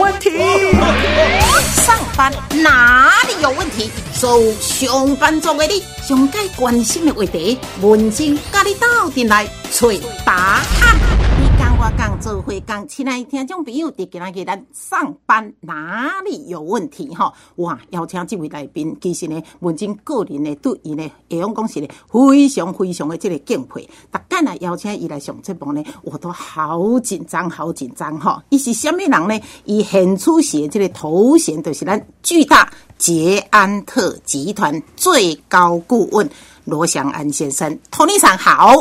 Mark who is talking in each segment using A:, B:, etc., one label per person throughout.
A: 问题。
B: 上班哪里有问题？所有上班族的你，上该关心的话题，文静甲你斗阵来找答案。你讲我讲做会讲，亲爱的听众朋友，伫今日咱上班哪里有问题吼？哇，邀请这位来宾，其实呢，文静个人呢对伊呢，会用讲是呢，非常非常的这个敬佩。逐概来邀请伊来上节目呢，我都好紧张，好紧张吼！伊是虾米人呢？伊现出现这个头衔，就是咱巨大捷安特集团最高顾问罗翔安先生。佟理长好。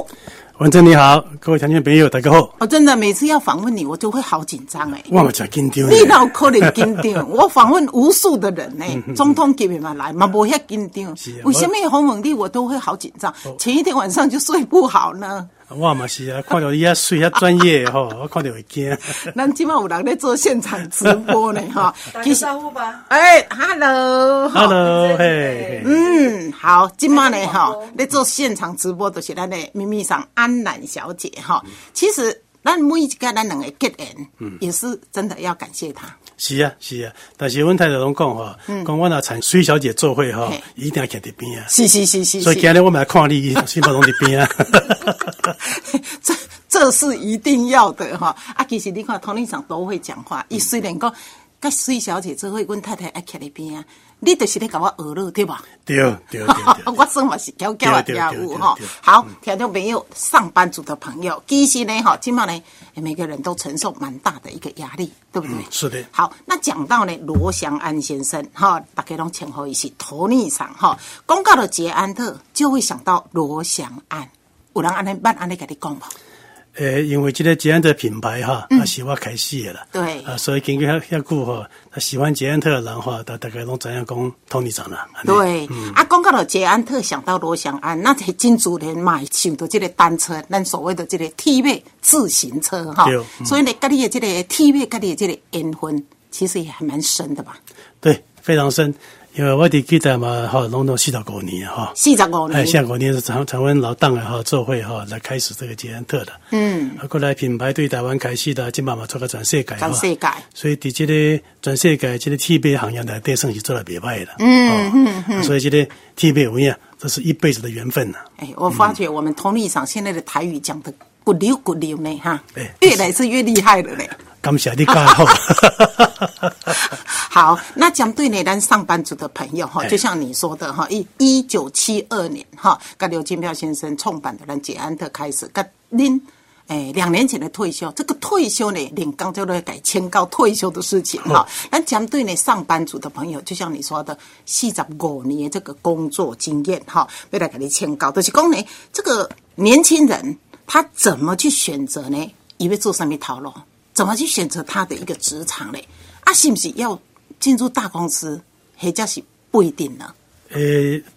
C: 文珍你好，各位听众朋友大家好，
B: 我、哦真的每次要访问你，我就会好紧张哎。
C: 我嘛真紧张 呢
B: 你哪有可能紧张？我访问无数的人 呢、总统级的嘛来嘛无遐紧张
C: 是啊。
B: 为什么访问你我都会好紧张？前一天晚上就睡不好呢。
C: 我嘛是啊，看到你遐水遐专业吼， 我看到会 惊。
B: 咱今晚有人在做现场直 播呢哈
A: 打，
B: 其
A: 个
B: 实
A: 招呼吧。
B: 哎，hello，哈
C: Hello，嘿，嘿
B: 嗯，好，今晚呢哈，在做现场直播就是咱的咪咪上安澜小姐哈。其实咱每一个咱两个结缘，也是真的要感谢她。
C: 是啊是啊，但是阮太太拢讲吼，讲我若参水小姐做伙吼
B: 嗯嘿，
C: 伊一定徛伫边啊。
B: 是是是是
C: 所以
B: 是，
C: 今日我嘛看你，心目拢伫边啊。
B: 这这是一定要的哈。啊，其实你看，佟理长都会讲话，伊虽然讲。甲水小姐做伙，阮太太爱徛伫边啊，你就是咧甲我学了，对吧？
C: 对对对对，
B: 我算嘛是娇娇啊，家务哈
C: 对对对对对。嗯
B: 好，听众朋友，上班族的朋友，其实呢，哈，今嘛呢，每个人都承受蛮大的一个压力，对不对？
C: 嗯是的
B: 好，那讲到呢，罗翔安先生哈，大家拢称呼伊是头立场哈。讲到了捷安特，就会想到罗翔安。有人安尼捌安尼甲你讲无？
C: 诶，因为这个捷安特品牌哈，啊是我开始的啦。
B: 嗯对
C: 啊，所以经过遐遐久吼，啊喜欢捷安特的人吼，大大概拢知影讲 Tony 长啦。安尼
B: 对，
C: 嗯
B: 啊，讲到了捷安特，想到罗翔安，那是金主人买想到这个单车，咱所谓的这个 T 位自行车哈
C: 对，嗯
B: 所以呢，跟你的这个 T 位，跟你的这个缘分，其实也还蛮深的吧，
C: 对，非常深，因为我伫记得嘛，哈，拢都四十五年了哈。
B: 四十五
C: 哎，下
B: 年，
C: 五年是常常温老档的哈，做会哈来开始这个捷安特的。嗯，啊，过来品牌对台湾开始的，今慢慢做个全世界哈。
B: 全世界
C: 所以伫这个全世界这个 T 杯行业内底算是做得袂歹的。嗯嗯嗯。所以这个 T 杯有影，这是一辈子的缘分呐、
B: 哎，我发觉我们同立场现在的台语讲的骨溜骨溜呢哈
C: 对，
B: 越来是越厉害了嘞。
C: 感谢你加 好。
B: 好，那讲对呢，咱上班族的朋友哈，
C: 哎
B: 就像你说的哈，一一九七二年哈，跟刘金彪先生创办的咱捷安特开始，跟您。哎，两年前的退休，这个退休呢，领刚就来改签告退休的事情哈。咱讲对呢，上班族的朋友，就像你说的，四十五年的这个工作经验哈，要来给你签告，就是讲呢，这个年轻人他怎么去选择呢？因为做上面套路，怎么去选择他的一个职场嘞？啊，是不是要进入大公司，或者是不一定呢？
C: 呃，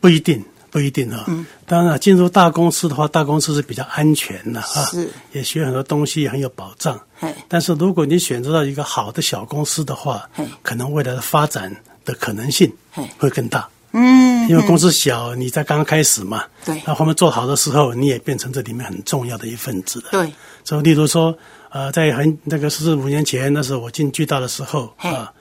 C: 不一定，不一定啊。当然啊，进入大公司的话，大公司是比较安全的啊，
B: 是
C: 也学很多东西，也很有保障
B: 嘿。
C: 但是如果你选择到一个好的小公司的话
B: 嘿，
C: 可能未来的发展的可能性
B: 嘿
C: 会更大。嗯，因为公司小，你在刚刚开始嘛，
B: 对
C: 那后面做好的时候，你也变成这里面很重要的一份子了。
B: 对，
C: 所以例如说，呃，在很那个四五年前，那时候我进巨大的时候
B: 嘿
C: 啊、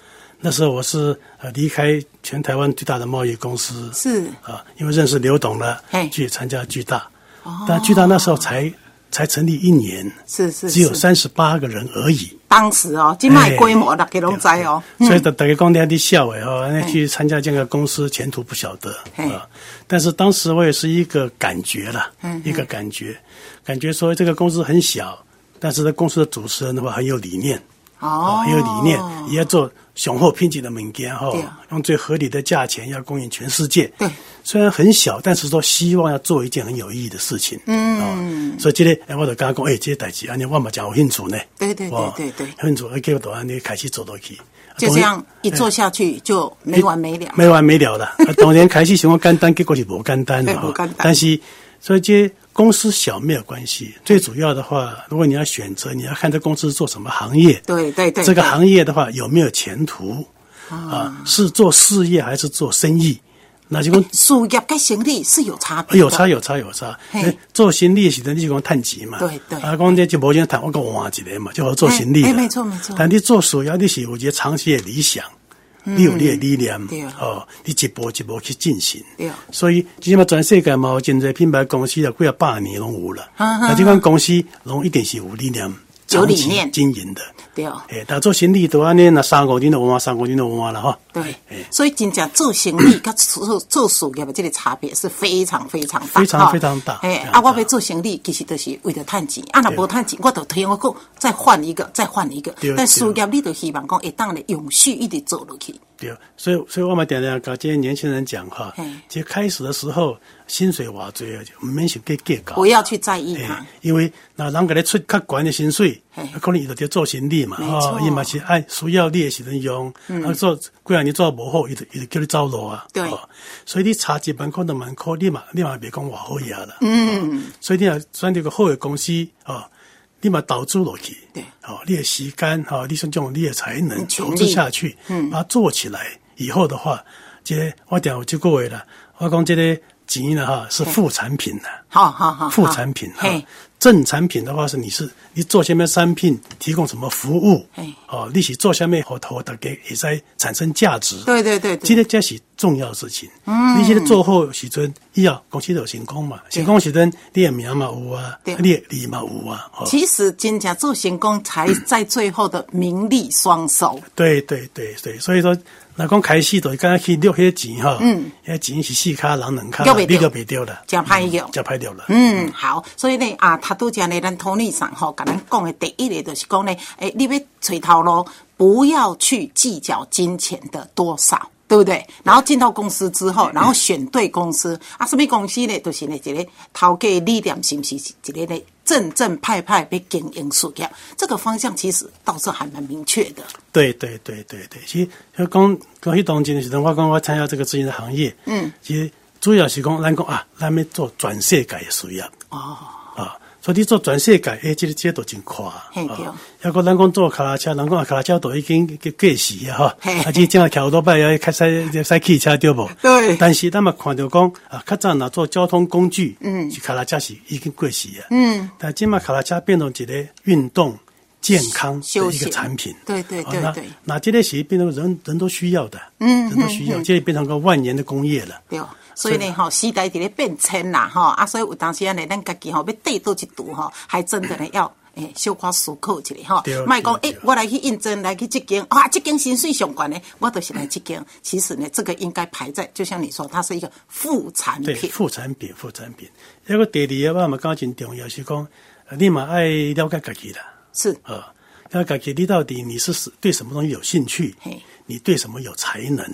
C: 那时候我是呃离开全台湾最大的贸易公司，
B: 是
C: 啊，因为认识刘董了
B: 嘿，哦
C: 去参加巨大，但巨大那时候才才成立一年，
B: 是是
C: 只有
B: 是
C: 三十八个人而已。啊
B: 当时哦，今卖规模大家拢知哦，
C: 所以大大家讲你还得笑诶哦，那去参加这个公司前途不晓得
B: 嘿
C: 啊。但是当时我也是一个感觉啦，
B: 嗯
C: 一个感觉，感觉说这个公司很小，但是呢，公司的主持人的话很有理念。
B: 哦
C: 哦，，很有理念，也要做雄厚拼紧的物件哈
B: 对啊，
C: 用最合理的价钱要供应全世界。
B: 对，
C: 虽然很小，但是说希望要做一件很有意义的事情。嗯，所以今天哎，我就跟他讲，哎，这些代志，安尼我嘛讲有兴趣呢。
B: 对对对
C: 哦
B: 对对
C: 有兴趣，而且我都安尼开始做落去。啊
B: 就这样一做下去就没完没了。
C: 哎没完没了了。 啊当然开始想要简单，结果是不简单的
B: 不简单
C: 但是所以这公司小没有关系，最主要的话，如果你要选择，你要看这公司是做什么行业。
B: 对对对
C: 这个
B: 对啊
C: 行业的话有没有前途？啊，是做事业还是做生意？那是讲
B: 事业跟生理是有差别的，
C: 哎有差有差有差。
B: 嘿
C: 哎做行李的时阵，你是讲趁钱嘛？
B: 对对
C: 啊，讲这就无钱趁，我讲换一个嘛，就好做行李
B: 哎
C: 啦。
B: 哎没错没错
C: 但你做事业，你是有一个长期的理想，你有你的理念
B: 嗯对，
C: 哦，你一步一步去进行。
B: 对
C: 所以，即嘛全世界嘛，有真侪品牌公司啊，几啊百年拢有了。
B: 啊啊
C: 啊，这款公司拢一定是有理念，
B: 有
C: 长
B: 理
C: 期
B: 念
C: 经营的。
B: 对
C: 哎，但做行李都安尼，那三五年就换，三五年就换了哈。
B: 对
C: 哎，
B: 所以真正做生意跟做做事业的这个差别是非常非常大，
C: 非常
B: 哈
C: 非常大
B: 哎
C: 非，常
B: 啊，
C: 大
B: 我要做生意，其实都是为了赚钱，啊，若无赚钱，我就推我讲再换一个，再换一个
C: 对。
B: 但
C: 对
B: 事业你就希望讲会当咧永续一直做落去，
C: 对，所以所以我们常常跟这些年轻人讲哈
B: 嘿，
C: 其实开始的时候薪水偌济啊，就唔免想计计较
B: 不。要去在意它
C: 哎。因为那人给你出较悬的薪水
B: 嘿，
C: 可能伊就得做生理嘛，
B: 没错嗯
C: 伊嘛是爱需要你的时阵用，啊做几若年做无好，伊就伊就叫你走路啊。
B: 对
C: 所以你差一万块两万块，你嘛你嘛别讲偌好呀啦。嗯、所以你若选择一个好的公司哦，你嘛投资落去，
B: 对
C: 哦，你的时间哦，你像这种你的才能
B: 权
C: 投
B: 力嗯
C: 资下去，把它做起来以后的话，这个我讲有这个话啦，我讲这个钱呢哈是副产品啦。
B: 好好好，
C: 副产品
B: 好嘿
C: 啊，，正产品的话是你是你做下面产品提供什么服务
B: 嘿，
C: 哦，你是做下面和头大家也在产生价值，
B: 对对对
C: 这
B: 对，
C: 个才是重要的事情。嗯，你现在做好的时阵，伊要公司就有成功嘛，成功的时阵你的名嘛有啊，
B: 对
C: 你的利嘛有啊，哦，
B: 其实真正做成功才在最后的名利双收。
C: 对对对对，所以说。那讲开始就是刚去录迄钱哈，嗯，迄钱是四卡人两卡
B: 录不，到
C: 你就袂掉了，
B: 真歹用
C: 真歹掉了。
B: 嗯，好，所以呢，啊，他拄则呢，咱托尼上吼，甲咱讲的第一个就是讲呢，诶、你要找头路，不要去计较金钱的多少。对不对？然后进到公司之后，然后选对公司啊，什么公司呢？就是呢，一个头家理念是不是一个呢正正派派要经营事业？这个方向其实倒是还蛮明确的。
C: 对对对对对，其实就讲讲去当今的时阵，我讲我参加这个咨询的行业，嗯，其实主要是讲咱讲啊，咱要做全世界的事业
B: 哦，
C: 啊，所以你做全世界，诶，这个这个都真快啊
B: 嘿对。
C: 抑个咱讲做卡拉车，人讲啊卡拉车都已经计计时啊
B: 嘿
C: 吼，啊，即正桥多摆要开驶驶汽车对无？
B: 对
C: 但是咱嘛看到讲啊，较早若做交通工具，嗯，是卡拉车是已经过时啊，嗯，但即嘛卡拉车变成一个运动。健康
B: 休
C: 的一个
B: 闲
C: 产品，
B: 对对
C: 啊
B: 对
C: 那
B: 对
C: 那这类其实变成人人都需要的，嗯，人都需要，这也变成个万年的工业了。
B: 对，所以呢，吼，时代伫咧变迁啦，吼，啊，所以有当时啊呢，咱家己吼要对倒一步吼，还真的呢要。诶，小可思考一下吼
C: 对，
B: 莫讲
C: 对
B: 诶
C: 对，
B: 我来去应征，来去这间，哇，这间薪水上悬的，我都是来这间。其实呢，这个应该排在，就像你说，它是一个副产
C: 对，
B: 品。
C: 副产品，副产品。一个第二个，我嘛感觉真重要是讲，呃你嘛爱了解自己啦，
B: 是，
C: 啊，要了解你到底你是什对什么东西有兴趣
B: 嘿，
C: 你对什么有才能，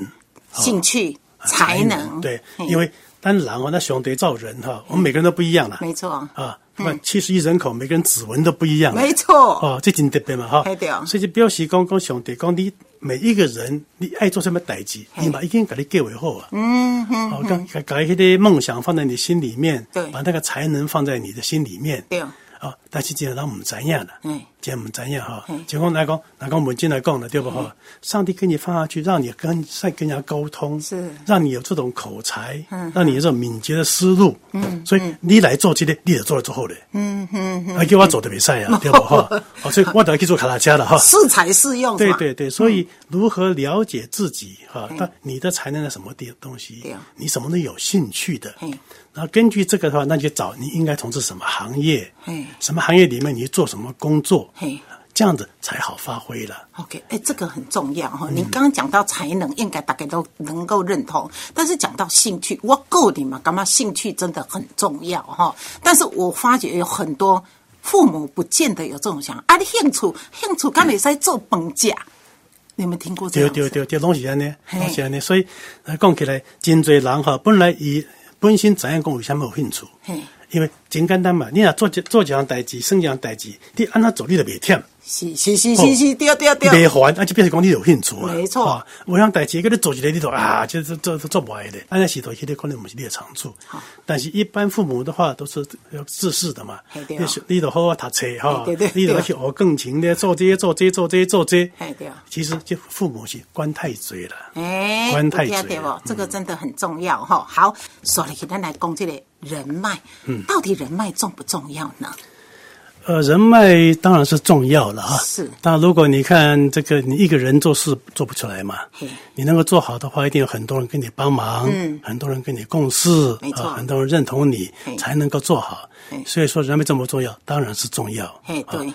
B: 兴趣、
C: 啊
B: 才能。
C: 对，
B: 嘿
C: 因为当然哦，那上帝造人哈，我们每个人都不一样啦，
B: 没错
C: 啊，那七十亿人口，每个人指纹都不一样啦，
B: 没错，
C: 哦，这真特别嘛哈
B: 嘿对哦。
C: 所以就表示讲讲上帝讲你每一个人，你爱做什么代志，
B: 嘿
C: 你嘛已经给你计划好啊。嗯嗯。哦，刚把那些梦想放在你心里面，
B: 对
C: 把那个才能放在你的心里面。
B: 对
C: 啊、哦，但是这个人唔知影啦，
B: 嗯
C: 啊这唔知影哈
B: 嘿。
C: 结果来讲，来讲我们进来讲了，对不哈？上帝给你放下去，让你跟再跟人家沟通，
B: 是
C: 让你有这种口才，嗯，让你有这种敏捷的思路，嗯，所以你来做这个，你就做了做好嘞，嗯嗯，啊，叫我做的比赛 啊，对不哈？哦，所以我得去做卡拉加了哈。
B: 适才适用。是嗯
C: 对
B: 吧
C: 对对，所以如何了解自己哈？那你的才能在什么地东
B: 嗯对
C: 西
B: 啊？
C: 你什么东西有兴趣的
B: 嘿？
C: 然后根据这个的话，那就找你应该从事什么行业
B: 嘿，
C: 什么行业里面你做什么工作
B: 嘿，
C: 这样子才好发挥了。
B: OK，哎、这个很重要
C: 嗯
B: 哈、你刚刚讲到才能，应该大家都能够认同。但是讲到兴趣，我够你嘛，干嘛？兴趣真的很重要哈、但是我发觉有很多父母不见得有这种想法，啊，你兴趣，兴趣干嘛在做本家？你有没有听过这
C: 对
B: 样子？
C: 对对对，拢是安尼，
B: 嘿
C: 拢是安尼。所以呃讲起来，真侪人哈，本来伊本身知影讲为什么有兴趣
B: 嘿，
C: 因为真简单嘛。你若做一做一项代志，算一项代志，你安怎做你就袂忝。
B: 是是是是是，对对对，
C: 袂烦，啊，即变是哦讲你有兴趣啊，
B: 没错
C: 啊，无像代志叫你做一个，你都啊，这这这做不来的，安尼是多迄个可能毋是你的长处，但是一般父母的话都是要自视的嘛
B: 嘿，对
C: 你
B: 啊
C: 就你都好好读册哈
B: 嘿对对，
C: 你
B: 对
C: 都
B: 啊
C: 去学钢琴咧，做这些做这些做这些做这些
B: 嘿对啊，
C: 其实这父母是管太侪了，
B: 哎，
C: 管太嗯
B: 有听
C: 侪
B: 到
C: 了
B: 不，这个真的很重要哈。好，所以咱来讲这个人脉，
C: 嗯
B: 到底人脉重不重要呢？
C: 呃，人脉当然是重要了哈。
B: 是
C: 但如果你看这个，你一个人做事做不出来嘛
B: 嘿，
C: 你能够做好的话，一定有很多人跟你帮忙，嗯，很多人跟你共事，
B: 没错
C: 啊很多人认同你
B: 嘿，
C: 才能够做好
B: 嘿。
C: 所以说，人脉重不重要？当然是重要。
B: 嘿，
C: 啊
B: 对，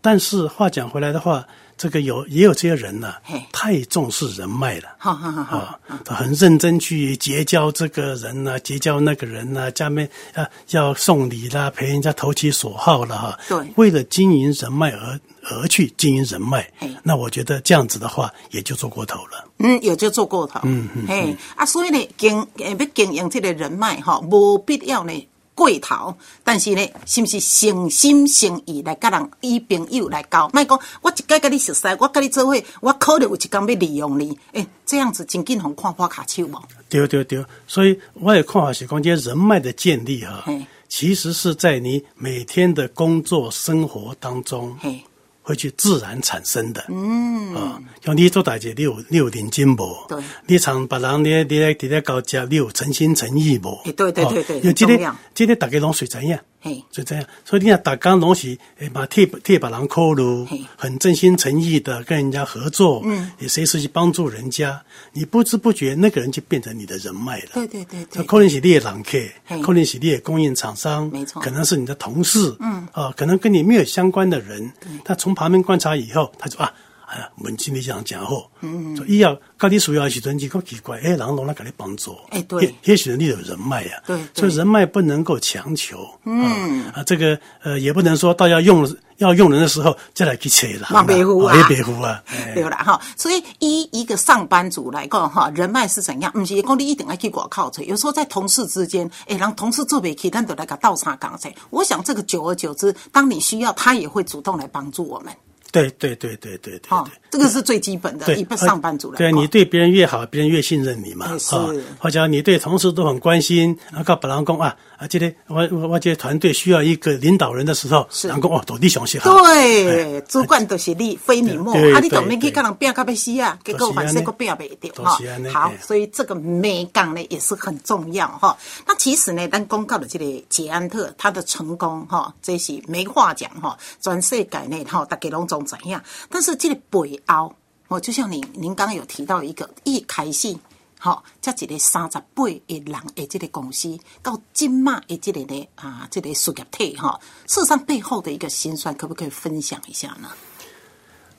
C: 但是话讲回来的话，这个有也有这些人呢、
B: 嘿
C: 太重视人脉了。
B: 好好好好，
C: 啊，很认真去结交这个人呐、结交那个人呐、下面啊要送礼啦，陪人家投其所好了哈、
B: 对
C: 为了经营人脉而而去经营人脉
B: 嘿，
C: 那我觉得这样子的话也就做过头了。
B: 嗯，有就做过头，嗯嗯，嘿，啊，所以呢，经诶要经营这个人脉哈，无必要呢过头，但是呢，是不是诚心诚意来甲人以朋友来交，莫讲我一届甲你熟识，我甲你做伙，我可能有一天要利用你，诶、这样子真紧互看破卡手无？
C: 对对对，所以我也看好是讲，这些人脉的建立哈、
B: 嘿
C: 其实是在你每天的工作生活当中，
B: 嘿，
C: 会去自然产生的。嗯啊，像你做代志，你有你有认真无？
B: 对
C: 你常别人你你来伫咧交接，你有诚心诚意无？
B: 诶对对对
C: 哦
B: 对
C: 因为这
B: 很重
C: 个
B: 要
C: 这个大家拢水怎样？
B: 嘿，
C: 就这样，所以你看，大家拢是诶，把替替别人考虑
B: 嘿，
C: 很真心诚意的跟人家合作，嗯，也随时去帮助人家，你不知不觉那个人就变成你的人脉了。
B: 对对对
C: 这
B: 对，
C: 可能是你的人
B: 嘿
C: 客，可能是你的供应厂商，
B: 没错
C: 可能是你的同事，嗯，啊，可能跟你没有相关的人，他从旁边观察以后，他就啊，哎呀，文经理这样讲好，嗯，所以伊要到你需要的时阵，就够奇怪，哎，人拢来给你帮助，
B: 哎对
C: 也也许你有人脉啊，
B: 对
C: 所
B: 对
C: 以人脉不能够强求，嗯，啊，这个呃，也不能说到要用要用人的时候再来去扯人啊，
B: 嘛不好啊
C: 也别糊啊，哎
B: 对啦哈，所以以一个上班族来讲哈，人脉是怎样？不是讲你一定要去外靠找，有时候在同事之间，哎，人同事做不起，咱就来个倒茶讲者。我想这个久而久之，当你需要，他也会主动来帮助我们。
C: 对对对对对对
B: 哈
C: 对。，
B: 这个是最基本的，
C: 对，
B: 一个
C: 呃
B: 上班族来
C: 对
B: 讲。
C: 你对别人越好，别人越信任你嘛。
B: 哎是
C: 啊，或者你对同事都很关心，啊，告别人讲啊啊，今天我我我这个团队需要一个领导人的时候，
B: 是
C: 人讲哦，斗地雄是好。
B: 对，主管都是你，非你莫
C: 哎对
B: 啊！你
C: 对
B: 都免去
C: 对
B: 跟人拼到要死啊，结果
C: 就是
B: 反
C: 安尼
B: 正个拼袂掉
C: 就是安尼
B: 好
C: 嘿，
B: 所以这个美感呢也是很重要哈。那其实呢，咱公告的这个捷安特，它的成功哈，这是没话讲哈，全世界内哈，大家拢总怎样？但是这个北欧哦，就像您您刚刚有提到一个一开始。吼，才一个三十八个人的这个公司，到今嘛的这个呢啊，这个事业体哈，事实上背后的一个辛酸，可不可以分享一下呢？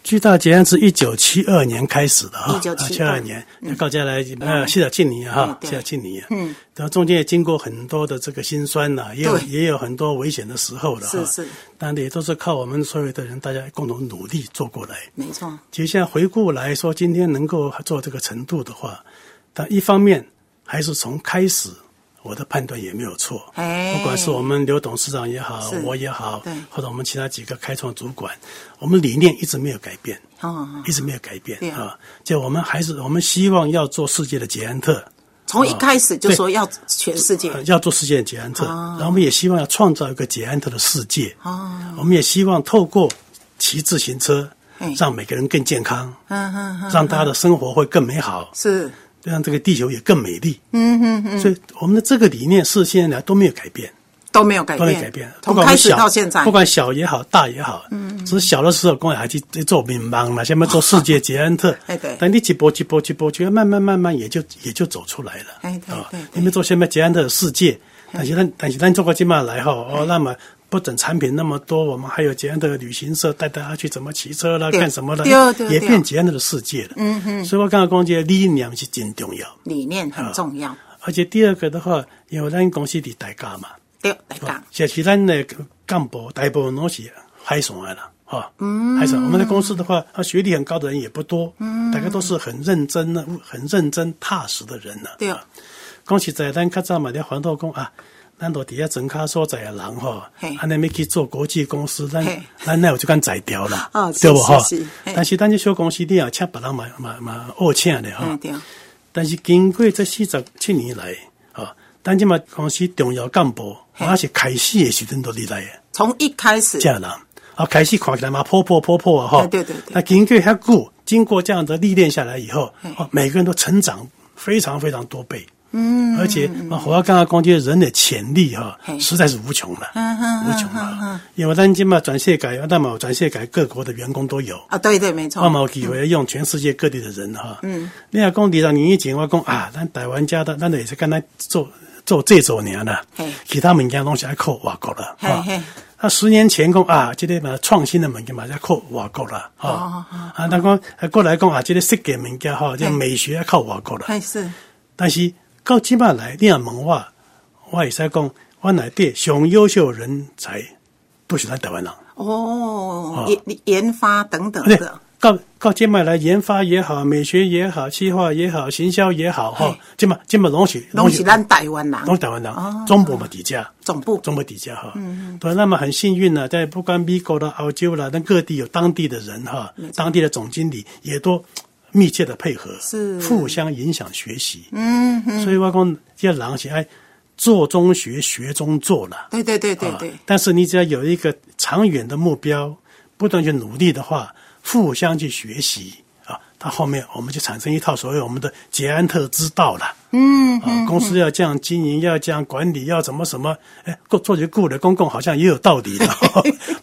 C: 巨大劫案是一九七二年开始的哈，
B: 1972
C: 二年，到接下来呃，谢了近年
B: 嗯
C: 哈，
B: 对
C: 谢了近年，嗯，然后中间也经过很多的这个辛酸呐，也有
B: 对
C: 也有很多危险的时候的哈，
B: 是是，
C: 但也都是靠我们所有的人大家共同努力做过来，
B: 没错，
C: 其实现在回顾来说，今天能够做这个程度的话，但一方面还是从开始，我的判断也没有错。
B: 哎
C: 不管是我们刘董事长也好
B: 是，
C: 我也好
B: 对，
C: 或者我们其他几个开创主管，我们理念一直没有改变，
B: 哦，
C: 一直没有改变
B: 对啊
C: 啊。就我们还是我们希望要做世界的捷安特，
B: 从一开始就说要全世界，
C: 呃要做世界的捷安特，然后我们也希望要创造一个捷安特的世界。
B: 哦
C: 我们也希望透过骑自行车
B: 哎，
C: 让每个人更健康，
B: 嗯嗯嗯，
C: 让大家的生活会更美好。
B: 是
C: 让这个地球也更美丽。嗯嗯嗯。所以我们的这个理念是现在来都没有改变，
B: 都没有改
C: 都没有
B: 变，
C: 改变。
B: 从
C: 不管我
B: 开
C: 们
B: 始
C: 小
B: 到现在
C: 不，管小也好，大也好，嗯，只是小的时候公还去做民邦了，下面做世界捷安特
B: 。哎对
C: 但你一波一波一波，就慢慢慢慢也就也就走出来了。啊
B: 哎对对对哎
C: 你们做下面捷安特的世界，但是但但是咱中国今嘛来哈哦，那么。不等产品那么多，我们还有捷安特的旅行社带大家去怎么骑车啦，
B: 对
C: 干什么的
B: 对对，
C: 也
B: 对
C: 变捷安特的世界了。嗯哼，所以我刚刚讲这个理念是真重要。
B: 理念
C: 啊
B: 很重要，
C: 而且第二个的话，因为咱公司伫大家嘛，
B: 对，来讲，
C: 其实咱的干部大部分拢是海选的啦，哈、嗯，海选。我们的公司的话，啊，学历很高的人也不多，嗯，大家都是很认真的、很认真踏实的人呢、啊
B: 对，
C: 讲实在，咱较早嘛咧环岛讲啊，咱落伫遐庄卡所在的人吼
D: 嘿，
C: 安尼要去做国际公司，咱
D: 嘿
C: 咱哪有即间才调啦
B: 哦，是
C: 对无
B: 是
C: 吼
B: 是嘿？
C: 但是咱这小公司，你也请别人嘛嘛嘛恶请的
B: 嗯
C: 吼。
B: 对，
C: 但是经过这四十七年来，吼，咱即嘛公司重要干部，我是开始的时阵都入来的。
B: 从一开始，
C: 这样人啊，开始看起来嘛破破破破啊哈。
B: 对对对
C: 那经过遐久，经过这样的历练下来以后，哦，每个人都成长非常非常多倍。嗯，而且啊，我要刚刚讲，就是人的潜力哈、实在是无穷的，
B: 嗯
C: 无穷的。因为咱今嘛转世改，那么转世改各国的员工都有。
B: 啊，对对，没错
C: 我，嘛有机会用全世界各地的人哈。嗯，你若讲二十年以前，我讲啊，咱台湾家的，咱也是干咱做做这做年啦
B: 嘿，
C: 其他物件拢是爱靠外国了
B: 嘿
C: 啊
B: 嘿。
C: 啊，十年前讲啊，这个嘛创新的物件嘛是要靠外国啦，
B: 哦
C: 啊啊，那讲啊过来讲啊，这个设计的物件哈，这个
B: 嘿
C: 美学要靠外国啦。
B: 还是
C: 但是到即摆来，你若问我，我会使讲，我内底上优秀的人才都是咱台湾人。
B: 哦，研研发等等
C: 啊对
B: 的，，
C: 到到今麦来研发也好，美学也好，企划也好，行销也好，哈
B: 嘿，
C: 今麦今麦拢是
B: 拢是咱台湾人
C: 拢台湾人，
B: 哦
C: 中部嘛底价，
B: 总部
C: 中部底价哈。
B: 嗯
C: 对，那么很幸运呢，在不管美国的、澳洲啦，那各地有当地的人哈，当地的总经理也都密切的配合，
B: 是
C: 互相影响学习。嗯，所以我讲这些人是爱做中学，学中做啦。
B: 对对对对对
C: 啊，但是你只要有一个长远的目标，不断去努力的话，互相去学习啊，到后面我们就产生一套所谓我们的捷安特之道了。嗯，啊，公司要这样经营，要这样管理，要怎么什么，哎，做做些顾的公共好像也有道理的，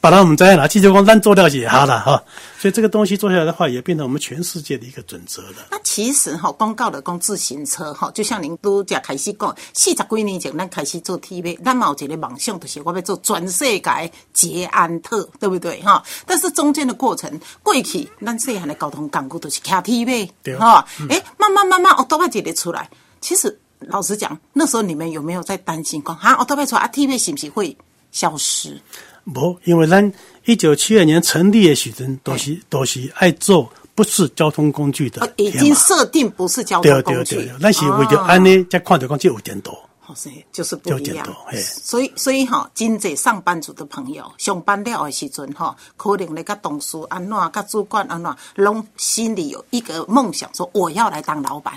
C: 把它我们摘拿，气球光单做掉也哈了哈。所以这个东西做下来的话，也变成我们全世界的一个准则了。
B: 那其实哈、公告的公自行车哈、就像您都才开始讲，四十几年前咱开始做 TV，咱嘛有一个梦想，就是我要做全世界的捷安特，对不对哈、但是中间的过程，过去咱细汉的交通工具都是骑 TV，
C: 对哦嗯
B: 哈，诶、慢慢慢慢哦，都把这个出来。其实老实讲，那时候你们有没有在担心讲，哈，哦，都把出来啊，TV 是不是会消失？
C: 无，因为咱一九七二年成立的时阵，都是都是爱做不是交通工具的
B: 呃，已
C: 天
B: 经
C: 马
B: 设定不是交
C: 对
B: 通
C: 对
B: 工
C: 对
B: 具哦
C: 对，，咱是为
B: 啊
C: 着安尼才看到讲这有点多。
B: 好是就是不一
C: 就有点
B: 样
C: 多。嘿
B: 所以所以哈、真侪上班族的朋友，上班了的时阵哈、可能咧甲同事安怎，甲主管安怎，拢心里有一个梦想，说我要来当老板。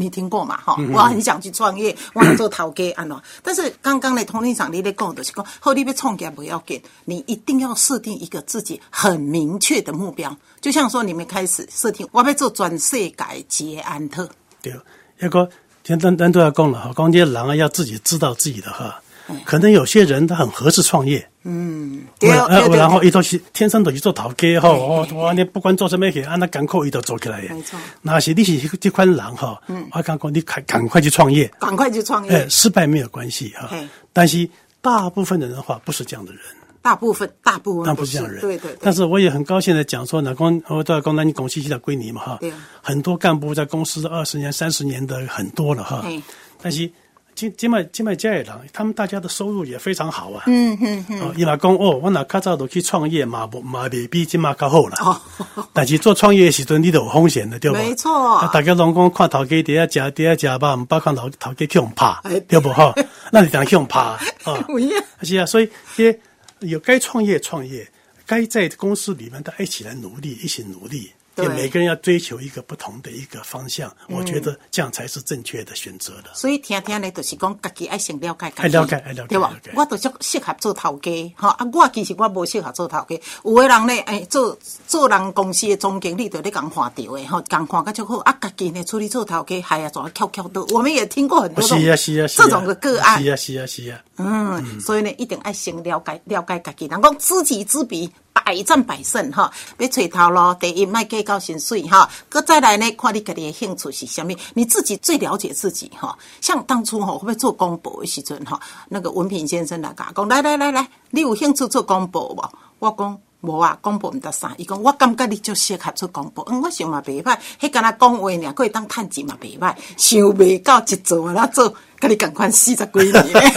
B: 你听过嘛？哈、
C: 嗯
B: 我很想去创业，我要做头家 安怎？但是刚刚的同理场你咧讲，就是讲，好，你要创业不要紧，你一定要设定一个自己很明确的目标。就像说，你们开始设定，我要做全世界捷安特，
C: 对，一个咱咱咱都要讲了哈，讲这人啊要自己知道自己的哈。可能有些人他很合适创业，
B: 嗯对对
C: 然
B: 对
C: 呃然后
B: 对
C: 伊都是天生就去做头家吼，
B: 嘿
C: 哦，哇，你不管做什么去，啊安那艰苦伊都做起来的。
B: 没错嗯
C: 那是你是这款人哈，我讲讲你赶赶快去创业，
B: 赶快去创业。
C: 哎，失败没有关系哈
B: 嗯嘿。
C: 但是大部分人的话不是这样的人。
B: 大部分大部分
C: 但不是这样的人。
B: 对对对，
C: 但是我也很高兴的讲说，呢，公我都要公南公司现在归你嘛哈
B: 对啊。
C: 很多干部在公司二十年、三十年的很多了哈
B: 嘿。
C: 但是今今麦今麦家里人，他们大家的收入也非常好啊。嗯嗯嗯。伊嘛讲哦，我那较早都去创业嘛，无嘛未比今麦较好啦。
B: 哦
C: 但是做创业的时阵，你都有风险的，对不？
B: 没错
C: 啊大家拢讲看头家伫遐食，伫遐食吧，毋捌看头头家去互拍
B: 哎，
C: 对不哈？那你当然去互拍啊。
B: 有影
C: 是啊，所以这些有该创业创业，该在公司里面大家一起来努力，一起努力。
B: 对嗯
C: 也每个人要追求一个不同的一个方向，我觉得这样才是正确的选择的。
B: 所以听听咧，就是讲家己爱先了解家己，
C: 要了解要了解
B: 对吧
C: 了解
B: 我就足适合做头家，吼啊！我其实我无适合做头家，有个人咧，哎，做做人公司的总经理，就咧共看着的，吼，共看甲足好，啊，家己呢出去做头家，嗨呀，怎啊翘翘倒？我们也听过很多这种
C: 是啊，是啊，是啊，
B: 这种的个案
C: 是，啊，是啊，是啊。
B: 嗯，所以呢，一定爱先了解了解家己。人讲知己知彼，百战百胜哈。要找头路，第一卖计较薪水哈，搁再来呢，看你家己的兴趣是啥物，你自己最了解自己哈。像当初吼，我要做公博的时阵哈，那个文平先生来甲我讲，来来来来，你有兴趣做公博无？我讲。无啊，广播毋得啥，伊讲我感觉你足适合做广播，嗯，我想嘛袂歹，迄敢若讲话尔，佫会当趁钱嘛袂歹，想袂到一做啊，那做，甲你共款四十几 年。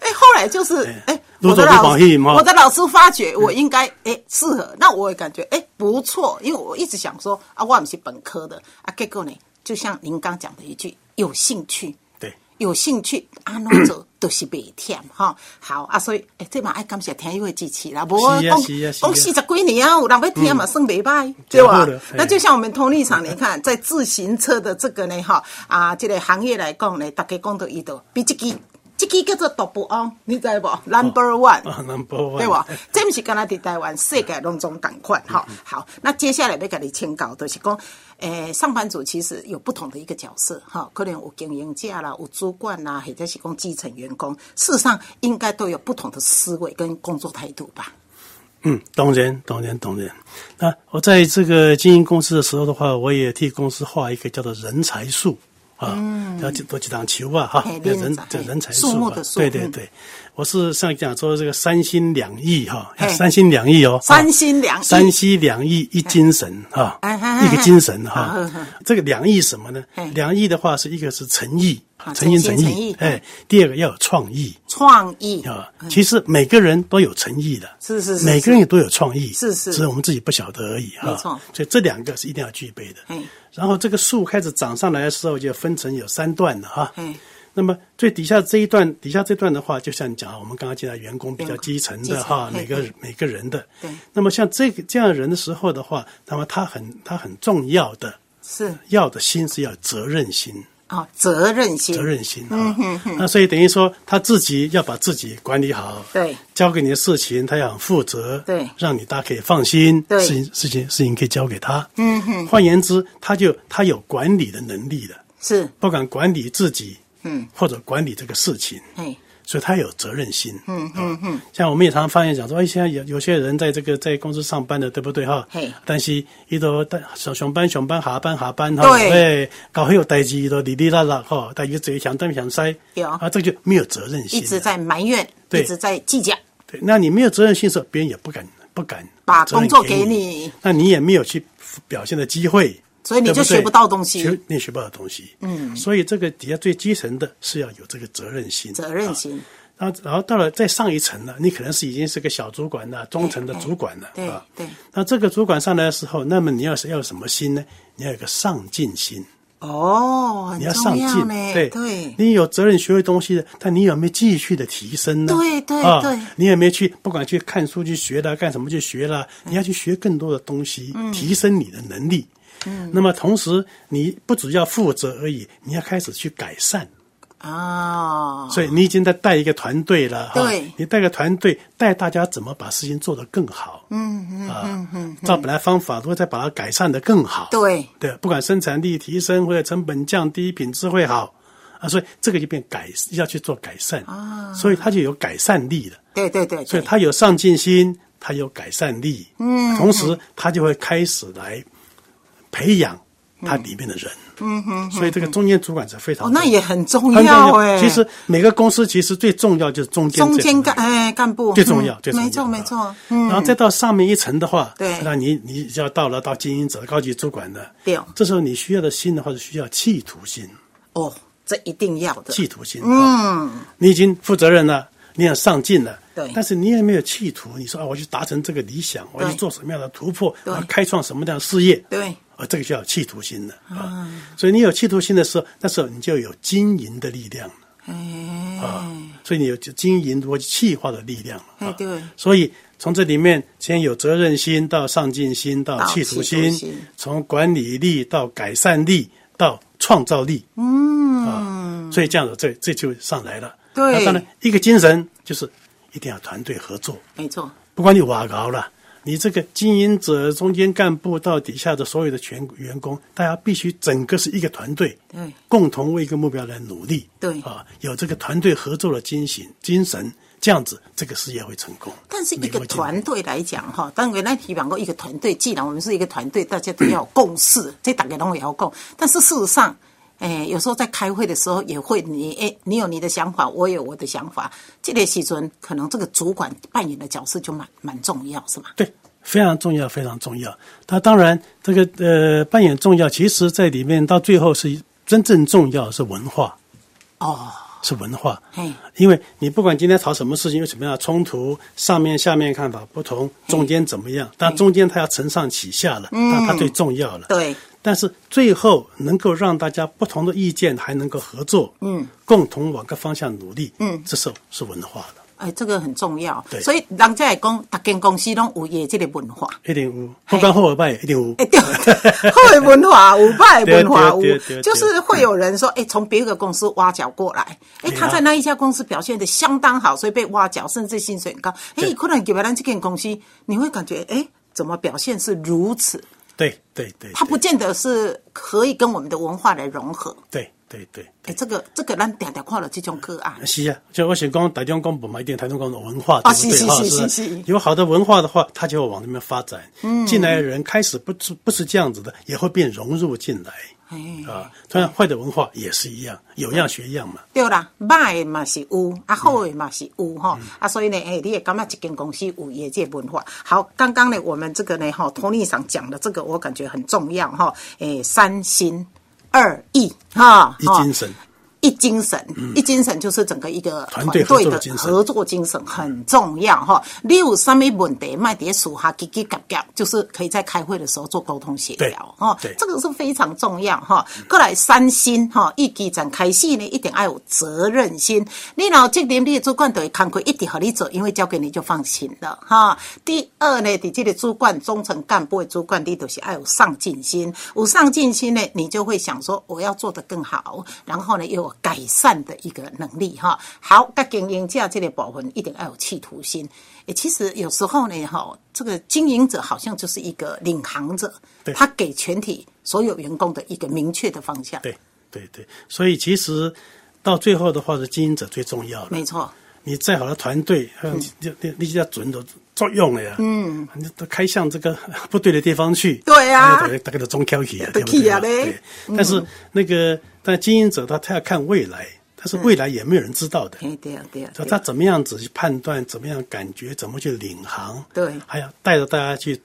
B: 哎、后来就是哎、
C: 如
B: 我的
C: 走不
B: 老
C: 保意嗯
B: 师，
C: 嘛
B: 我的老师发觉我应该哎适合，那我也感觉哎、不错，因为我一直想说啊，我不是本科的啊，结果呢，就像您刚讲的一句，有兴趣，
C: 对，
B: 有兴趣，安怎做都是袂忝吼。好啊，所以诶，这嘛爱感谢听友的支持啦。无
C: 是啊
B: 讲
C: 是啊是啊
B: 讲
C: 嗯
B: 四十几年啊，有人要听嘛，算袂歹，对
C: 真好
B: 吧
C: 了？
B: 那
C: 嘿
B: 就像我们同立场，你看在自行车的这个呢，哈啊，这个行业来讲呢，大家讲到伊都比这支。这支叫做独步王，你知
C: 哦
B: 无？Number one，、
C: 啊，number one
B: 对无？这毋是敢若伫台湾，世界拢总共款吼。
C: 嗯
B: 好，那接下来要甲你请教，就是讲，诶、上班族其实有不同的一个角色哈，可能有经营者啦，有主管啦，或者是讲基层员工，事实上应该都有不同的思维跟工作态度吧。
C: 嗯，当然，当然，当然。那我在这个经营公司的时候的话，我也替公司画一个叫做人才树啊，要几多几档球啊哈
B: 嘿，嗯哎
C: 叫
B: 人
C: 人
B: 才
C: 叫人才
B: 树
C: 树
B: 木
C: 啊
B: 的，树
C: 对对
B: 嗯
C: 对。我是上讲说这个三心两意哈，
B: 嘿
C: 要三心两意哦，
B: 哎三
C: 啊
B: 心两意
C: 三心两意一精神哈
B: 哎哎，哎
C: 一个精神
B: 哎哎
C: 哈
B: 哎。
C: 这个两意什么呢
B: 嘿？
C: 两意的话是一个是诚意
B: 啊，
C: 诚心
B: 哎诚
C: 诚
B: 心
C: 意，
B: 诚意
C: 哎，第二个要有创意。
B: 创意
C: 啊，其实每个人都有诚意的，
B: 嗯是是是
C: 每个人也都有创意，
B: 是是
C: 只是我们自己不晓得而已哈。
B: 没错
C: 所以这两个是一定要具备的
B: 嘿。
C: 然后这个树开始长上来的时候，就分成有三段了哈
B: 嘿。
C: 那么最底下这一段，底下这段的话，就像你讲啊，我们刚刚讲到员工比较
B: 员工
C: 基层
B: 基层
C: 的哈，
B: 嘿
C: 每个
B: 嘿
C: 每个人的
B: 对。
C: 那么像这个这样的人的时候的话，那么他很他很重要的
B: 是
C: 要的心是要有责任心。
B: 哦，责任心，
C: 责任心啊。那所以等于说他自己要把自己管理好，
B: 对，
C: 交给你的事情他要很负责，
B: 对
C: 让你大家可以放心，
B: 对
C: 事情事情事情可以交给他。嗯哼，换言之，他就他有管理的能力了，
B: 是
C: 不管管理自己，嗯，或者管理这个事情。
B: 哎，
C: 所以他有责任心。嗯嗯嗯，像我们也常常发现讲说，哎，现在有有些人在这个在公司上班的，对不对哈
B: 嘿？
C: 但是伊都上上班上班下班下班哈，
B: 对
C: 哎，搞很有代志伊都哩哩啦啦哈，但伊嘴想东想西，
B: 有
C: 啊，这个就没有责任心
B: 一
C: 了。
B: 直在埋怨，
C: 对
B: 一直在计较，
C: 对，那你没有责任心的时候，别人也不敢不敢
B: 把
C: 责
B: 工
C: 任
B: 作给你
C: 你，那你也没有去表现的机会。
B: 所以你就
C: 对对
B: 学不到东西
C: 学你也学不到东西。嗯，所以这个底下最基层的是要有这个责任心，
B: 责任
C: 啊
B: 心。
C: 然后，然后到了再上一层了，你可能是已经是个小主管了，中层的主管了，
B: 对
C: 啊。
B: 对
C: 那这个主管上来的时候，那么你要是要有什么心呢？你要有个上进心，
B: 哦，很
C: 啊你要上
B: 重要
C: 进，
B: 呢，对，
C: 你有责任学会东西的，但你有没有继续的提升呢？
B: 对对
C: 啊
B: 对
C: 你有没有去不管去看书去学啦，干什么去学啦？
B: 嗯
C: 你要去学更多的东西，提升你的能力。嗯，那么同时你不只要负责而已，你要开始去改善。
B: 啊，
C: 所以你已经在带一个团队了，哈
B: 对
C: 你带个团队，带大家怎么把事情做得更好，嗯嗯啊，照本来方法，如果再把它改善得更好，
B: 对
C: 对，不管生产力提升或者成本降低，品质会好啊，所以这个就变改要去做改善啊，所以它就有改善力了，
B: 对对对，
C: 所以
B: 对
C: 它有上进心，它有改善力，嗯，同时它就会开始来培养它里面的人，嗯哼，所以这个中间主管是非常
B: 哦，那
C: 重要
B: 也很重
C: 很重
B: 要哎。
C: 其实每个公司其实最重要就是中间
B: 中
C: 这
B: 间
C: 层
B: 干哎干部
C: 最重要
B: 嗯，
C: 最
B: 没
C: 重要
B: 错
C: 啊
B: 没错，嗯，
C: 然后再到上面一层的话，
B: 对
C: 那你你就要到了到经营者、高级主管的，
B: 对
C: 这时候你需要的心的话是需要企图心，
B: 哦，这一定要的，
C: 企图心，嗯，你已经负责任了，你很上进了。
B: 对
C: 但是你也没有企图，你说啊，我去达成这个理想，我去做什么样的突破，
B: 对
C: 我要开创什么样的事业，
B: 对，
C: 啊，这个就要有企图心了啊。所以你有企图心的时候，那时候你就有经营的力量了。啊
B: 哎，，
C: 所以你有经营逻辑气化的力量了。
B: 哎
C: 啊
B: 对
C: 所以从这里面，先有责任心到上进心到
B: 到
C: 企图
B: 企
C: 心
B: 图心，
C: 从管理力到改善力到创造力。嗯，啊，所以这样子，这这就上来了。
B: 嗯对
C: 那当然一个精神就是一定要团队合作，
B: 没错，
C: 不管你瓦高了。你这个经营者、中间干部到底下的所有的全员工，大家必须整个是一个团队，
B: 对，
C: 共同为一个目标来努力，
B: 对
C: 啊，有这个团队合作的精神精神，这样子这个事业会成功。
B: 但是一
C: 美
B: 个
C: 国经
B: 团队来讲哈，当然那提讲过一个团队，既然我们是一个团队，大家都要有共识，这大家都会要共。但是事实上，诶、有时候在开会的时候也会你诶、你有你的想法，我有我的想法，这类时阵可能这个主管扮演的角色就蛮蛮重要，是吗？
C: 对，非常重要，非常重要。那当然，这个呃扮演重要，其实在里面到最后是真正重要的是文化，
B: 哦，
C: 是文化。
B: 嘿，
C: 因为你不管今天吵什么事情，有什么样的冲突，上面下面看法不同，中间怎么样，但中间他要承上启下了，那他最重要了。
B: 嗯对，
C: 但是最后能够让大家不同的意见还能够合作，嗯，共同往个方向努力，嗯，这是是文化的。
B: 哎，这个很重要
C: 对，
B: 所以人家会讲，逐间公司拢有伊这个文化。
C: 一定有，不管好与坏，一定有。
B: 哎，对，好的文化有，坏的文化
C: 对对
B: 有
C: 对对，对
B: 就是会有人说，哎，从别个公司挖角过来，哎，
C: 对啊
B: 他在那一家公司表现的相当好，所以被挖角，甚至薪水很高。哎，
C: 对
B: 可能给别人这间公司，你会感觉，哎，怎么表现是如此？
C: 对对对，
B: 他不见得是可以跟我们的文化来融合。
C: 对对对。
B: 哎，这个这个，咱常常看了这种个案，
C: 是啊，就我想讲，台中讲不嘛一定台中讲文化，
B: 啊
C: 对不
B: 是是
C: 对？啊
B: 是是是
C: 有好的文化的话，它就会往那边发展。嗯，进来的人开始不是不是这样子的，也会变融入进来。
B: 哎
C: 啊，同样坏的文化也是一样，有样学样嘛。
B: 对啦，歹的嘛是有，啊好的嘛是有吼、啊所以呢，哎、你也感觉一间公司有业界文化。好，刚刚呢，我们这个呢，哈，托尼上讲的这个，我感觉很重要哈，哎、三心二意哈，
C: 一
B: 哈
C: 精神，
B: 一精神，一精神就是整个一个
C: 嗯团
B: 团
C: 队
B: 队
C: 合作
B: 的
C: 精神
B: 合作精神很重要哈。你有什么问题，麦碟数哈，叽叽嘎嘎，就是可以在开会的时候做沟通协调
C: 对
B: 哈
C: 对。
B: 这个是非常重要哈。过来三心哈，一基展开始呢，一定要有责任心。你老这点你的主管都会看过，一定和你做，因为交给你就放心了哈。第二呢，你这个主管中层干部的主管，你都是要有上进心，有上进心呢，你就会想说我要做得更好，然后呢又有改善的一个能力哈。好，跟经营者这个部分一定要有企图心。诶，其实有时候呢，哈，这个经营者好像就是一个领航者，
C: 对
B: 他给全体所有员工的一个明确的方向。，
C: 对对对。所以其实到最后的话，是经营者最重要了。
B: 没错。
C: 你再好的团队，呃你你你你就要准的作用了呀。嗯，你都开向这个不对的地方去。
B: 对啊
C: 大概大概都中挑起啊，
B: 就
C: 对不对
B: 去
C: 啊？
B: 啊
C: 对。但是那个，但经营者他他要看未来，但是未来也没有人知道的。
B: 哎，对啊，对啊，
C: 他
B: 对
C: 他
B: 啊
C: 怎么样子去判断，怎么样感觉，怎么去领航？
B: 对
C: 还要带着大家去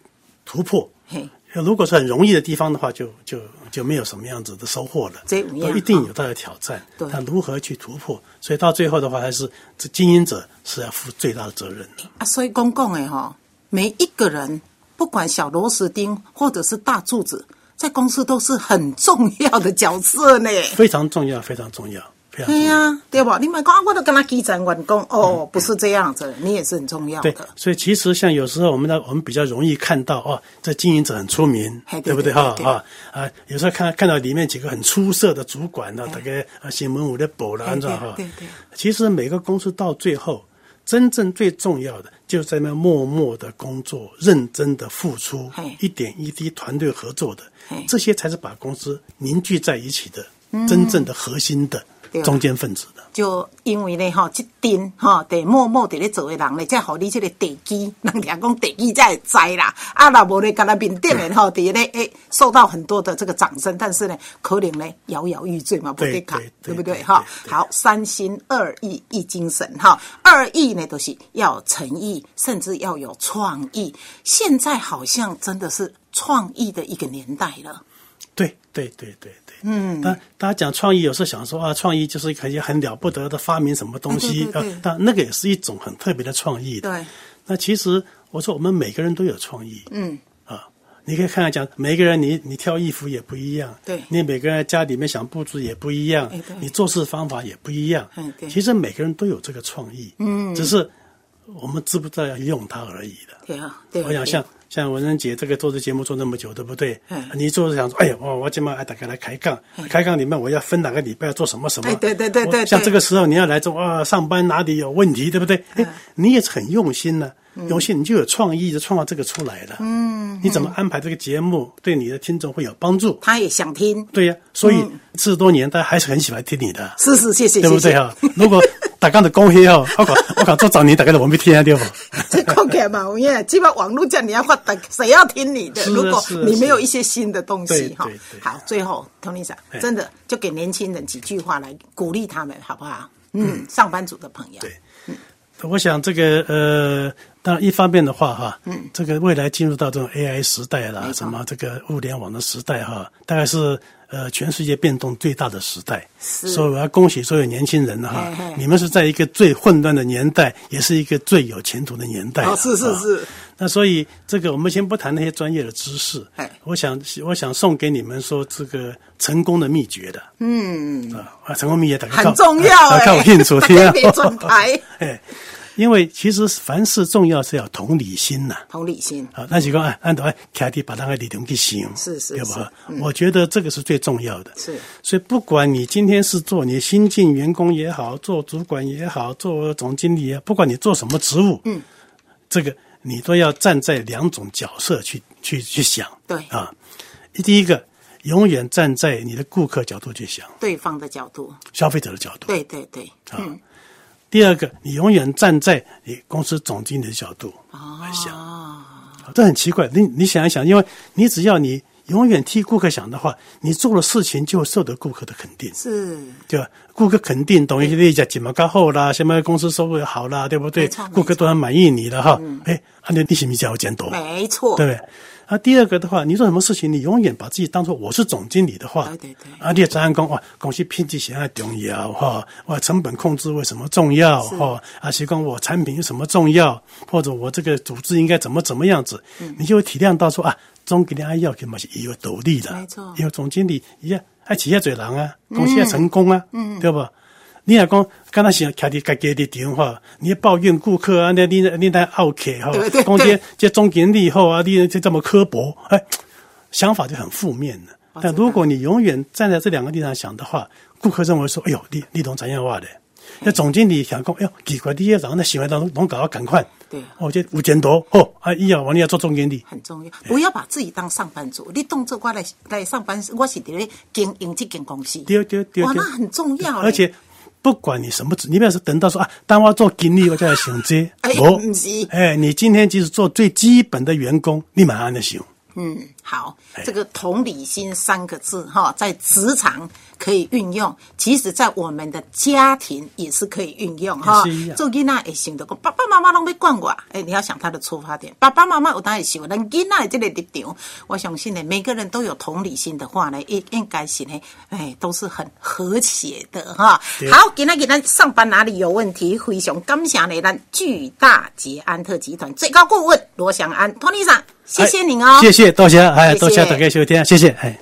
C: 突破。
B: 嘿，
C: 如果是很容易的地方的话，就就就没有什么样子的收获了。
B: 这样
C: 都一定有它的挑战
B: 对，
C: 但如何去突破？所以到最后的话，还是这经营者是要负最大的责任的。
B: 啊，所以公共诶哈，每一个人，不管小螺丝钉或者是大柱子，在公司都是很重要的角色呢。
C: 非常重要，非常重要，非常重
B: 对
C: 要。
B: 呀、对吧？你们讲啊，我都跟他基层员工哦，不是这样子，你也是很重要
C: 嗯对
B: 的，。
C: 所以其实像有时候我们呢，我们比较容易看到哦，这经营者很出名
B: 嘿，对
C: 对不
B: 对
C: 对哈
B: 对
C: 啊啊？有时候看看到里面几个很出色的主管呢，大概啊写文武的博了，
B: 嘿
C: 按照
B: 对
C: 哈
B: 对对。
C: 其实每个公司到最后，真正最重要的就是在那默默的工作、认真的付出
B: 嘿，
C: 一点一滴团队合作的
B: 嘿，嗯
C: 这些才是把公司凝聚在一起的真正的核心的
B: 对啊
C: 中间分子的。
B: 就因为呢，吼，即阵吼，得默默伫咧做诶人咧，才互你即个地基，人听讲地基才会知啦。啊，若无咧，干那面顶 诶吼，伫咧诶受到很多的这个掌声，但是呢，可能呢摇摇欲坠嘛，不得卡
C: 对，
B: 对
C: 对
B: 不对
C: 对？
B: 哈，
C: 对对
B: 好，三心二意一精神哈。二意呢，都、是要有诚意，甚至要有创意。现在好像真的是创意的一个年代了。
C: 对对对对对，嗯，大大家讲创意，有时候想说啊，创意就是可以很了不得的发明什么东西
B: 哎，对对对
C: 呃但那个也是一种很特别的创意的。
B: 对，
C: 那其实我说我们每个人都有创意，嗯，啊，你可以看看讲，每一个人你你挑衣服也不一样，
B: 对
C: 你每个人家里面想布置也不一样
B: 哎对，
C: 你做事方法也不一样
B: 哎对，
C: 其实每个人都有这个创意，嗯，只是我们知不知道要用它而已的。
B: 对啊，对啊。
C: 我想
B: 对啊
C: 像像文珍姐这个做这节目做那么久，对不对
B: 嗯？
C: 你做是想说，哎呀，我我今晚哎大家来开杠，开杠里面我要分哪个礼拜要做什么什么
B: 哎。对对对对
C: 我像
B: 对嗯
C: 这个时候你要来做啊，上班哪里有问题，对不对？哎，你也是很用心呢，用心你就有创意的创造这个出来了。嗯，你怎么安排这个节目，对你的听众会有帮助？
B: 他也想听，
C: 对呀，所以四十多年大家还是很喜欢听你的，
B: 是是，嗯谢谢，
C: 对不
B: 谢
C: 对
B: 谢。
C: 啊？如果大家的恭喜哦，我讲我讲这早年大家都没听啊，对不？
B: 这看起来嘛，有影，基本网络这样你要发达，谁要听你的？
C: 是啊
B: 如果
C: 是啊
B: 你没有
C: 是啊
B: 一些新的东西
C: 对
B: 哈
C: 对，对
B: 好，最后 Tony 长
C: 哎
B: 真的就给年轻人几句话来鼓励他们，好不好？嗯，上班族的朋友，哦
C: 对嗯我想这个呃，当然一方面的话哈，嗯，这个未来进入到这种 AI 时代
B: 没
C: 啦，
B: 错
C: 什么这个物联网的时代哈，大概是呃全世界变动最大的时代。
B: 是
C: 所以我要恭喜所有年轻人哈
B: 嘿嘿，
C: 你们是在一个最混乱的年代，也是一个最有前途的年代了。
B: 哦是是
C: 啊
B: 是
C: 那所以这个我们先不谈那些专业的知识
B: 哎，
C: 我想我想送给你们说这个成功的秘诀的，嗯啊，成功秘诀大家
B: 很重 要
C: 哎，看我印出
B: 大
C: 听
B: 家别转台，
C: 哎，因为其实凡事重要是要同理心呐、
B: 同理心，
C: 啊，咱是讲哎，按照哎，凯蒂把那个理论去想，
B: 是是
C: 对不
B: 是？嗯
C: 我觉得这个是最重要的。
B: 是，
C: 所以不管你今天是做你新进员工也好，做主管也好，做总经理也好，不管你做什么职务，嗯，这个你都要站在两种角色去去去想。
B: 对
C: 啊，第一个永远站在你的顾客角度去想，
B: 对方的角度，
C: 消费者的角度。
B: 对对对，
C: 啊。第二个，你永远站在你公司总经理的角度
B: 哦
C: 来想，啊这很奇怪。你你想一想，因为你只要你永远替顾客想的话，你做的事情就受得顾客的肯定，
B: 是
C: 对吧？顾客肯定，等于你讲怎么干后啦，什么公司收入也好啦，对不对
B: 没错没错？嗯
C: 顾客都很满意你了哈。哎，啊，你你是不是叫我钱多？
B: 没错，
C: 对不对？啊，第二个的话，你做什么事情，你永远把自己当做我是总经理的话，
B: 对对对
C: 啊，你也常常讲哇，公司品质显在重要哈，哇，成本控制为什么重要哈？啊，是讲我产品有什么重要，或者我这个组织应该怎么怎么样子，
B: 嗯
C: 你就会体谅到说啊，总给人家要给嘛是也有道理的，
B: 没错
C: 也有总经理一样，爱企业做人啊，公司要成功啊，嗯，对吧？你若讲，敢若想徛伫家己的电话，你抱怨顾客啊，你你你在拗客 吼
B: 对对，
C: 讲
B: 对
C: 这这总经理吼啊，你这这么刻薄，哎，想法就很负面了。
B: 哦
C: 但如果你永远站在这两个立场想的话，顾客认为说，哎呦，你你懂怎样话的？
B: 嗯
C: 那总经理想讲，哎呦，奇怪，你也人那行为当中，拢搞到赶快，
B: 对嗯啊
C: 哦，这有前途哦，啊，以后我你要做总经理，
B: 很重要，不要把自己当上班族，你当做我来来上班，我是伫咧经营这间公司，
C: 对对对
B: 哇，
C: 对
B: 那很重要嘞，
C: 而且不管你什么职，你不要是等到说啊，当我做经理，我再来想这
B: 哎，
C: 不
B: 不是
C: 哎，你今天即使做最基本的员工，你马上就想，
B: 嗯，好
C: 哎，
B: 这个同理心三个字哈，在职场可以运用，其实在我们的家庭也是可以运用哈
C: 也是一样。
B: 做囡仔也想得讲，爸爸妈妈拢要管我，哎、你要想他的出发点，爸爸妈妈有当然想，咱囡仔的这个立场，我相信呢，每个人都有同理心的话呢，应应该是呢，哎，都是很和谐的哈。
C: 对
B: 好，今天给咱上班哪里有问题，非常感谢呢，咱巨大捷安特集团最高顾问罗翔安托尼长，谢谢您哦，
C: 哎谢谢，多谢，哎，
B: 谢谢
C: 多谢大家收听，谢谢，哎。